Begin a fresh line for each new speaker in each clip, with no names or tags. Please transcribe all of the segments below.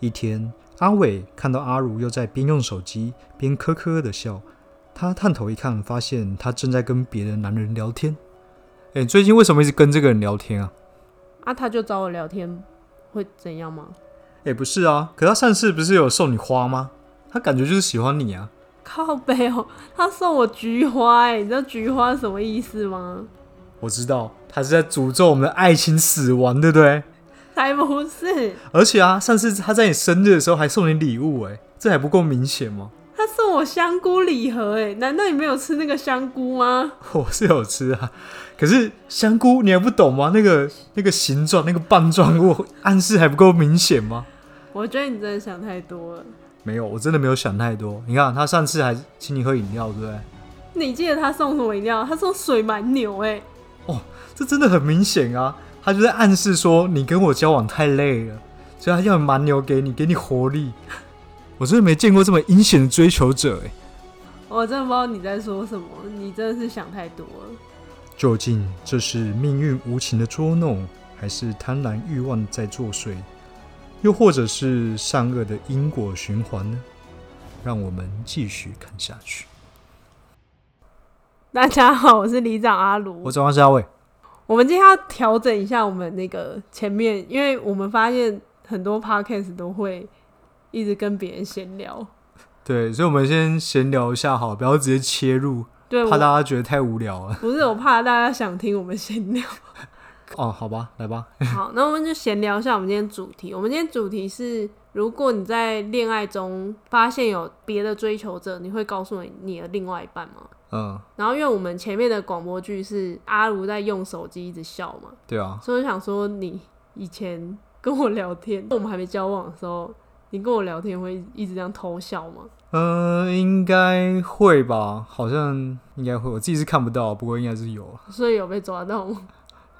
一天，阿伟看到阿如又在边用手机边咯咯的笑，他探头一看，发现他正在跟别的男人聊天。哎、最近为什么一直跟这个人聊天啊？
啊，他就找我聊天，会怎样吗？
哎、不是啊，可他上次不是有送你花吗？他感觉就是喜欢你啊。
靠背哦，他送我菊花、哎，你知道菊花什么意思吗？
我知道他是在诅咒我们的爱情死亡，对不对？
才不是，
而且啊，上次他在你生日的时候还送你礼物、哎，这还不够明显吗？
他送我香菇礼盒、哎，难道你没有吃那个香菇吗？
我是有吃啊，可是香菇你还不懂吗？那个那个形状、那个棒状物暗示还不够明显吗？
我觉得你真的想太多了。
没有，我真的没有想太多。你看他上次还请你喝饮料，对不对？
你记得他送什么饮料？他送水蛮牛、哎，
这真的很明显啊，他就在暗示说你跟我交往太累了，所以他要蛮牛给你，给你活力。我真的没见过这么阴险的追求者哎！
我真的不知道你在说什么，你真的是想太多了。
究竟这是命运无情的捉弄，还是贪婪欲望在作祟？又或者是善恶的因果循环呢？让我们继续看下去。
大家好，我是里长阿卢，
我转换是阿伟，
我们今天要调整一下我们那个前面，因为我们发现很多 podcast 都会一直跟别人闲聊，
对，所以我们先闲聊一下好，不要直接切入，
对，
怕
我
大家觉得太无聊啊了。
不是我怕大家想听我们闲聊。
哦，好吧，来吧。
好，那我们就闲聊一下我们今天主题。我们今天主题是，如果你在恋爱中发现有别的追求者，你会告诉你你的另外一半吗？
嗯，
然后，因为我们前面的广播剧是阿如在用手机一直笑嘛，
对啊，
所以我想说，你以前跟我聊天，我们还没交往的时候，你跟我聊天会一直这样偷笑吗？
嗯、应该会吧，好像应该会，我自己是看不到，不过应该是有啊，
所以有被抓到吗？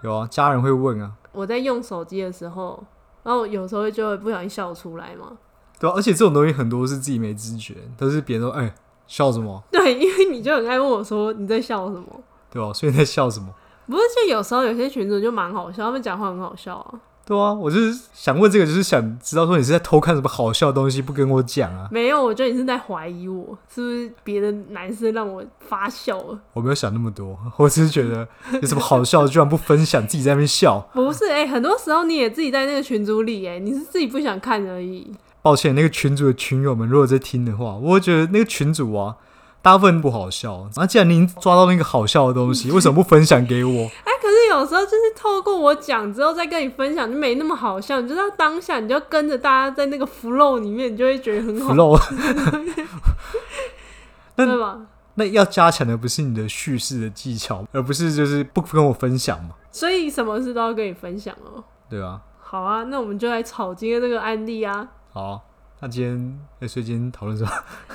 有啊，家人会问啊，
我在用手机的时候，然后有时候就会不小心笑出来嘛。
对啊，而且这种东西很多是自己没知觉，都是别人说，哎、笑什么，
对，因为你就很爱问我说你在笑什么。
对吧、所以你在笑什么？
不是，就有时候有些群主就蛮好笑，他们讲话很好笑啊。
对啊，我就是想问这个，就是想知道说你是在偷看什么好笑的东西，不跟我讲啊？
没有，我觉得你是在怀疑我，是不是别的男生让我发笑了？
我没有想那么多，我只是觉得有什么好笑的，居然不分享，自己在那边笑。
不是，哎、很多时候你也自己在那个群组里，哎，你是自己不想看而已。
抱歉，那个群主的群友们如果在听的话，我会觉得那个群主啊，大部分不好笑。那、既然您抓到那个好笑的东西，为什么不分享给我？
哎、可是有时候就是透过我讲之后再跟你分享，就没那么好笑。你就到当下，你就跟着大家在那个 flow 里面，你就会觉得很好，
flow，那
对吧？
那要加强的不是你的叙事的技巧，而不是就是不跟我分享嘛，
所以什么事都要跟你分享哦。
对吧、
好啊，那我们就来炒今天这个案例啊。
好啊，那今天哎、所以今天讨论什么？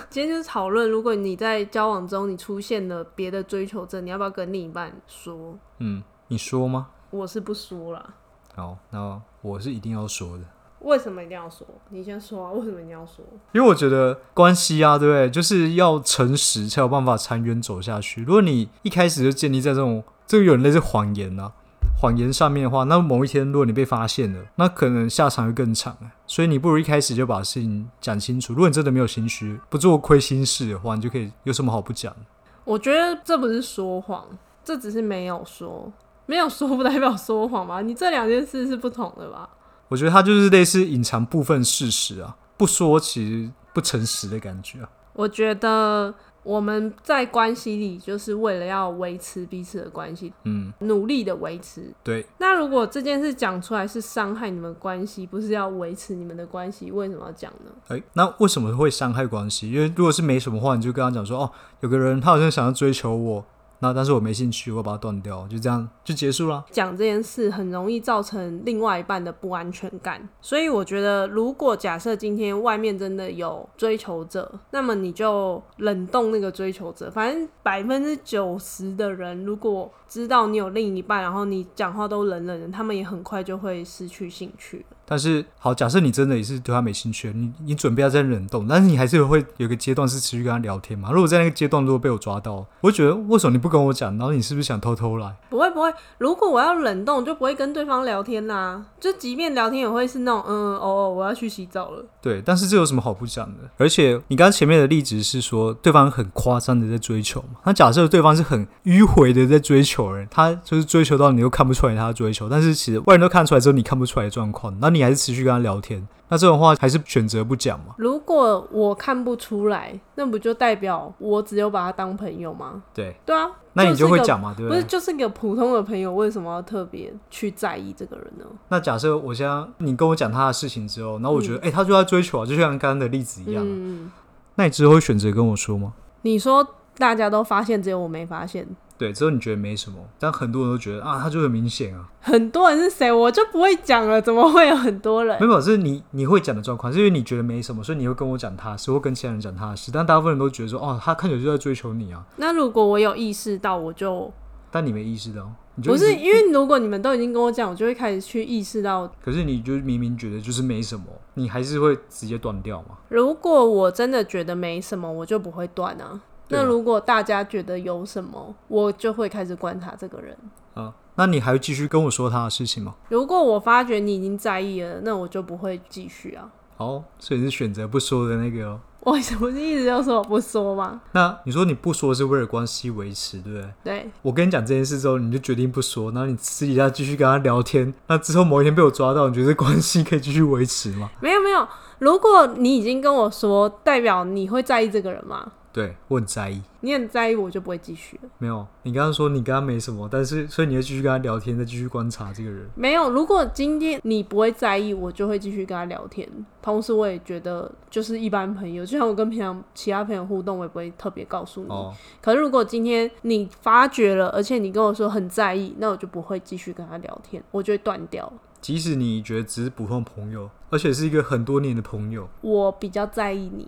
今天就是讨论，如果你在交往中你出现了别的追求者，你要不要跟另一半说？
嗯，你说吗？
我是不说啦。
好，那我是一定要说的，
为什么一定要说？你先说啊，为什么一定要说？
因为我觉得关系啊，对不对？就是要诚实才有办法长远走下去。如果你一开始就建立在这种这个有点类似谎言啊，谎言上面的话，那某一天如果你被发现了，那可能下场会更长啊。所以你不如一开始就把事情讲清楚。如果你真的没有心虚，不做亏心事的话，你就可以有什么好不讲的？
我觉得这不是说谎，这只是没有说，没有说不代表说谎吧？你这两件事是不同的吧？
我觉得它就是类似隐藏部分事实啊，不说其实不诚实的感觉啊。
我觉得我们在关系里就是为了要维持彼此的关系，
嗯，
努力的维持。
对，
那如果这件事讲出来是伤害你们关系，不是要维持你们的关系，为什么要讲呢？
哎，那为什么会伤害关系？因为如果是没什么话，你就跟他讲说，哦，有个人他好像想要追求我，那但是我没兴趣，我把它断掉，就这样就结束了。
讲这件事很容易造成另外一半的不安全感，所以我觉得，如果假设今天外面真的有追求者，那么你就冷冻那个追求者。反正百分之九十的人，如果知道你有另一半，然后你讲话都冷冷的，他们也很快就会失去兴趣。
但是好，假设你真的也是对他没兴趣，你你准备要再冷冻，但是你还是会有个阶段是持续跟他聊天嘛。如果在那个阶段如果被我抓到，我会觉得为什么你不跟我讲？然后你是不是想偷偷来？
不会不会，如果我要冷冻，就不会跟对方聊天啦、就即便聊天，也会是那种嗯哦哦，我要去洗澡了。
对，但是这有什么好不讲的？而且你刚刚前面的例子是说对方很夸张的在追求嘛，那假设对方是很迂回的在追求人，他就是追求到你又看不出来他的追求，但是其实外人都看出来之后你看不出来的状况，那你还是持续跟他聊天，那这种话还是选择不讲嘛？
如果我看不出来，那不就代表我只有把他当朋友吗？
对，
对啊，
那你就
就
是
一个
会讲嘛，对
不
对
是？就是个普通的朋友，为什么要特别去在意这个人呢？
那假设我现在你跟我讲他的事情之后，然后我觉得哎、诶他就在追求啊，就像刚刚的例子一样啊、
嗯，
那你之后会选择跟我说吗？
你说大家都发现，只有我没发现，
对，之后你觉得没什么，但很多人都觉得啊，他就很明显啊。
很多人是谁，我就不会讲了，怎么会有很多人
没？有，是你你会讲的状况，是因为你觉得没什么，所以你会跟我讲他的事，或跟其他人讲他的事。但大部分人都觉得说，哦，他看起来就在追求你啊，
那如果我有意识到，我就
但你没意识到，你就
不
一直
是，因为如果你们都已经跟我讲，我就会开始去意识到，
可是你就明明觉得就是没什么，你还是会直接断掉嘛？
如果我真的觉得没什么，我就不会断啊。
对啊
那如果大家觉得有什么，我就会开始观察这个人。
啊，那你还会继续跟我说他的事情吗？
如果我发觉你已经在意了，那我就不会继续啊。
哦，所以你是选择不说的那个、哦。
我为什么一直要说我不说嘛？
那你说你不说是为了关系维持，对不对？
对，
我跟你讲这件事之后，你就决定不说，然后你私底下继续跟他聊天。那之后某一天被我抓到，你觉得这关系可以继续维持吗？
没有没有。如果你已经跟我说，代表你会在意这个人吗？
对我很在意。
你很在意，我就不会继续了。
没有，你刚刚说你跟他没什么，但是所以你会继续跟他聊天，再继续观察这个人。
没有，如果今天你不会在意，我就会继续跟他聊天。同时，我也觉得就是一般朋友，就像我跟平常其他朋友互动，我也不会特别告诉你。
哦，
可是如果今天你发觉了，而且你跟我说很在意，那我就不会继续跟他聊天，我就会断掉。
即使你觉得只是普通朋友，而且是一个很多年的朋友，
我比较在意你，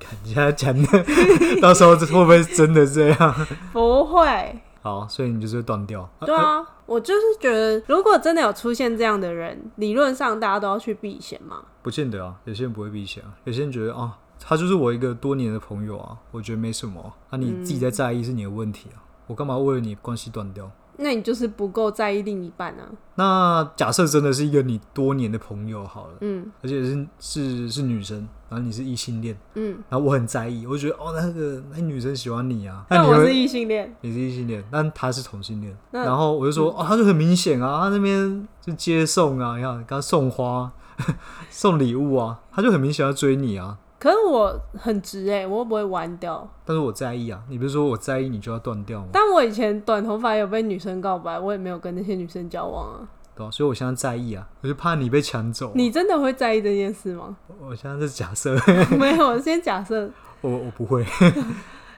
看你现在讲的， 到时候这会不会真的这样？
不会。
好，所以你就是会断掉。
对啊，我就是觉得，如果真的有出现这样的人，理论上大家都要去避嫌嘛。
不见得啊，有些人不会避嫌啊，有些人觉得啊，他就是我一个多年的朋友啊，我觉得没什么啊，啊你自己在在意是你的问题啊，我干嘛为了你关系断掉？
那你就是不够在意另一半啊。
那假设真的是一个你多年的朋友好了，
嗯
而且是是是女生，然后你是异性恋，
嗯，
然后我很在意，我就觉得哦，那个那女生喜欢你啊，那
但
你
我是
会
异性恋，
你是异性恋，但她是同性恋，
那
然后我就说、哦，她就很明显啊，她那边就接送啊，你看，刚送花、 送礼物啊，她就很明显要追你啊，
可是我很直哎、我又不会弯掉。
但是我在意啊，你不是说我在意你就要断掉吗？
但我以前短头发有被女生告白，我也没有跟那些女生交往啊。
对啊所以我现在在意啊，我就怕你被抢走。
你真的会在意这件事吗？
我现在是假设，
没有，我先假设
我我不会，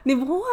你不会。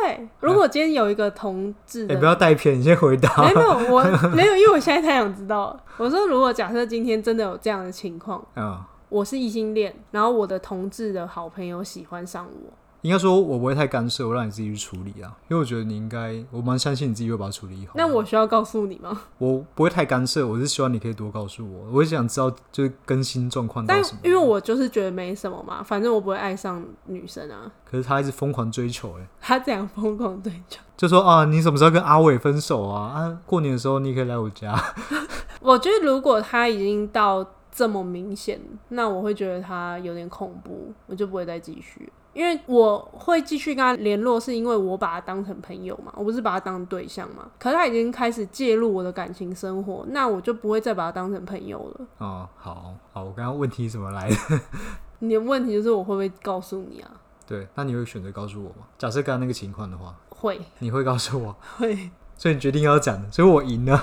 如果今天有一个同志
你、
的，
哎不要带偏，你先回答。
没有没有，我没有，因为我现在太想知道了。我说，如果假设今天真的有这样的情况，
嗯，
我是异性恋，然后我的同志的好朋友喜欢上我，
应该说我不会太干涉，我让你自己去处理啊，因为我觉得你应该，我蛮相信你自己会把它处理好。
那我需要告诉你吗？
我不会太干涉，我是希望你可以多告诉我，我也想知道就是更新状况到
但
什么。
因为我就是觉得没什么嘛，反正我不会爱上女生啊。
可是他一直疯狂追求、欸，
他这样疯狂追求，
就说啊，你什么时候跟阿伟分手啊？啊，过年的时候你也可以来我家。
我觉得如果他已经到这么明显，那我会觉得他有点恐怖，我就不会再继续。因为我会继续跟他联络，是因为我把他当成朋友嘛，我不是把他当对象嘛。可是他已经开始介入我的感情生活，那我就不会再把他当成朋友了。
哦、好好，我刚刚问题怎么来的？
你的问题就是我会不会告诉你啊？
对，那你会选择告诉我吗？假设刚刚那个情况的话，
会
你会告诉我，
会，
所以你决定要讲的，所以我赢了，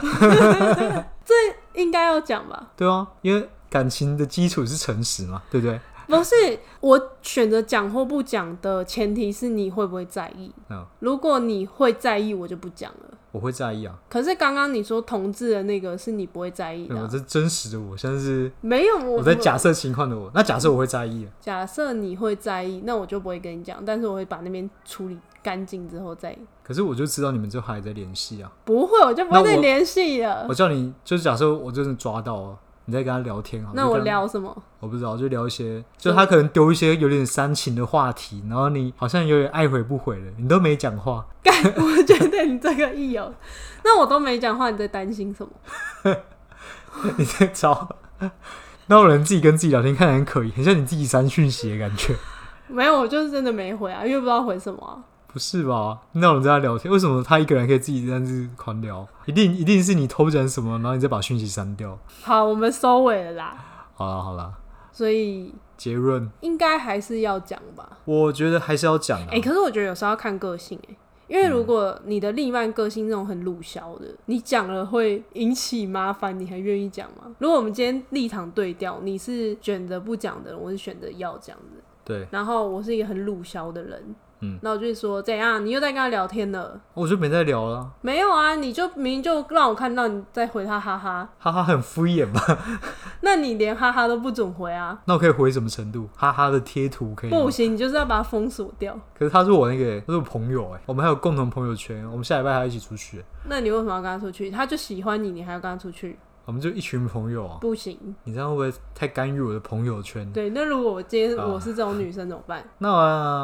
应该要讲吧？
对啊，因为感情的基础是诚实嘛，对不对？
不是我选择讲或不讲的前提是你会不会在意。
嗯，
如果你会在意，我就不讲了。
我会在意啊。
可是刚刚你说同志的那个是你不会在意的
对，
啊、
嗯我这是真实的我，现在是
没有我
我在假设情况的我。那假设我会在意啊，
假设你会在意，那我就不会跟你讲，但是我会把那边处理干净之后再。
可是我就知道你们最后还在联系啊。
不会，我就不
那
会
我
再联系了
我。叫你，就是假设我真的抓到啊，你在跟他聊天啊。
那
就
我
跟他，
聊什么？
我不知道，就聊一些，就他可能丢一些有点煽情的话题，然后你好像有点爱回不回了，你都没讲话。
我觉得你这个意友，那我都没讲话，你在担心什么？
你在找 那种人自己跟自己聊天，看起来很可疑，很像你自己删讯息的感觉，
没有，我就是真的没回啊，因为不知道回什么啊、
不是吧？那种人在那聊天，为什么他一个人可以自己这样子狂聊？一定一定是你偷讲什么，然后你再把讯息删掉。
好，我们收尾了啦，
好啦好啦，
所以
结论
应该还是要讲吧。
我觉得还是要讲的、啊
哎、可是我觉得有时候要看个性哎、因为如果你的另一半个性那种很鲁枭的，你讲了会引起麻烦，你还愿意讲吗？如果我们今天立场对调，你是选择不讲的人，我是选择要讲的，
对，
然后我是一个很鲁枭的人，
嗯，
那我就说怎样，你又在跟他聊天了。
我就没在聊了，
没有啊，你就明明就让我看到你在回他哈哈，
哈哈，很敷衍吧？
那你连哈哈都不准回啊，
那我可以回什么程度？哈哈的贴图可以吗
不行，你就是要把它封锁掉。
可是他是我那个，他是我朋友哎、我们还有共同朋友圈，我们下礼拜还要一起出去欸、
那你为什么要跟他出去？他就喜欢你，你还要跟他出去？
我们就一群朋友啊。
不行。
你这样会不会太干预我的朋友圈？
对，那如果我今天
啊
我是这种女生怎么办？
那、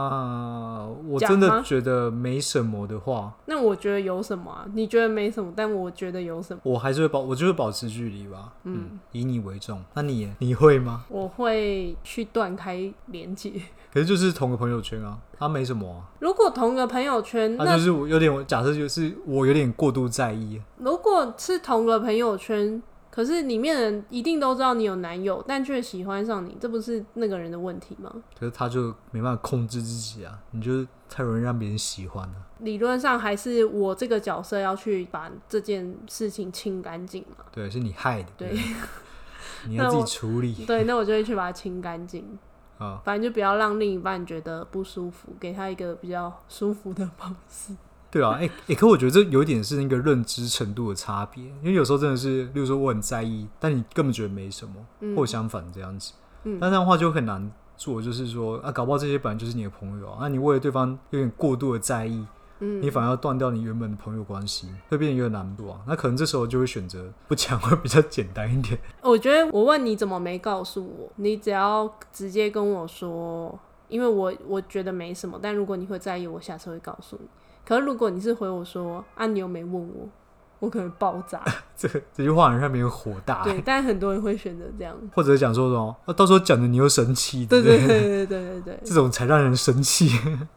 呃我
讲
真的
吗
觉得没什么的话，
那我觉得有什么啊？你觉得没什么，但我觉得有什么？
我还是会保，我就会保持距离吧。嗯，以你为重。那你耶你会吗？
我会去断开连接。
可是就是同个朋友圈啊，他、没什么、啊，
如果同个朋友圈，
他、
嗯那
啊就是我有点假设就是我有点过度在意，
如果是同个朋友圈，可是里面人一定都知道你有男友，但却喜欢上你，这不是那个人的问题吗？
可是他就没办法控制自己啊，你就是太容易让别人喜欢了、
理论上还是我这个角色要去把这件事情清干净 嘛。
对，是你害的，
对，
你要
那
自己
我嗯
处理
对，那我就会去把它清干净。
啊。
反正就不要让另一半觉得不舒服，给他一个比较舒服的方式。
对啊，哎、欸可我觉得这有点是那个认知程度的差别，因为有时候真的是，例如说我很在意，但你根本觉得没什么，或相反这样子，
嗯
但这样的话就很难做，就是说啊，搞不好这些本来就是你的朋友啊，那你为了对方有点过度的在意，
嗯
你反而要断掉你原本的朋友关系，会变得有点难度啊。那可能这时候就会选择不讲会比较简单一点。
我觉得我问你怎么没告诉我，你只要直接跟我说，因为我我觉得没什么，但如果你会在意，我下次会告诉你。可是如果你是回我说啊，你又没问我，我可能爆炸。
这个这句话很让别人火大、
对，但很多人会选择这样。
或者讲说什么，啊、到时候讲的你又生气，
对
不对
对对对对对对。
这种才让人生气。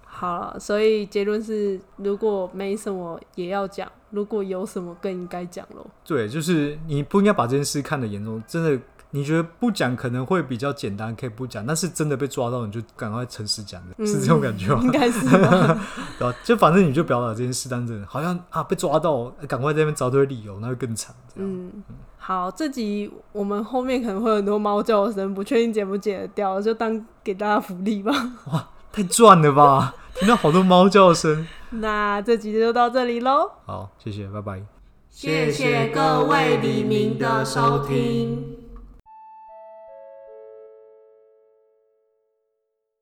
好了，所以结论是，如果没什么也要讲，如果有什么更应该讲咯。
对，就是你不应该把这件事看得严重，真的。你觉得不讲可能会比较简单，可以不讲，但是真的被抓到，你就赶快诚实讲的，是这种感觉吗
应？该是吧。
对吧？就反正你就表达这件事当真，好像啊被抓到，赶快在那边找堆理由，那会更惨。这样、
嗯，好，这集我们后面可能会有很多猫叫声，不确定剪不剪得掉，就当给大家福利吧。
太赚了吧！听到好多猫叫声。
那这集就到这里喽，
好，谢谢，拜拜。
谢谢各位黎明的收听。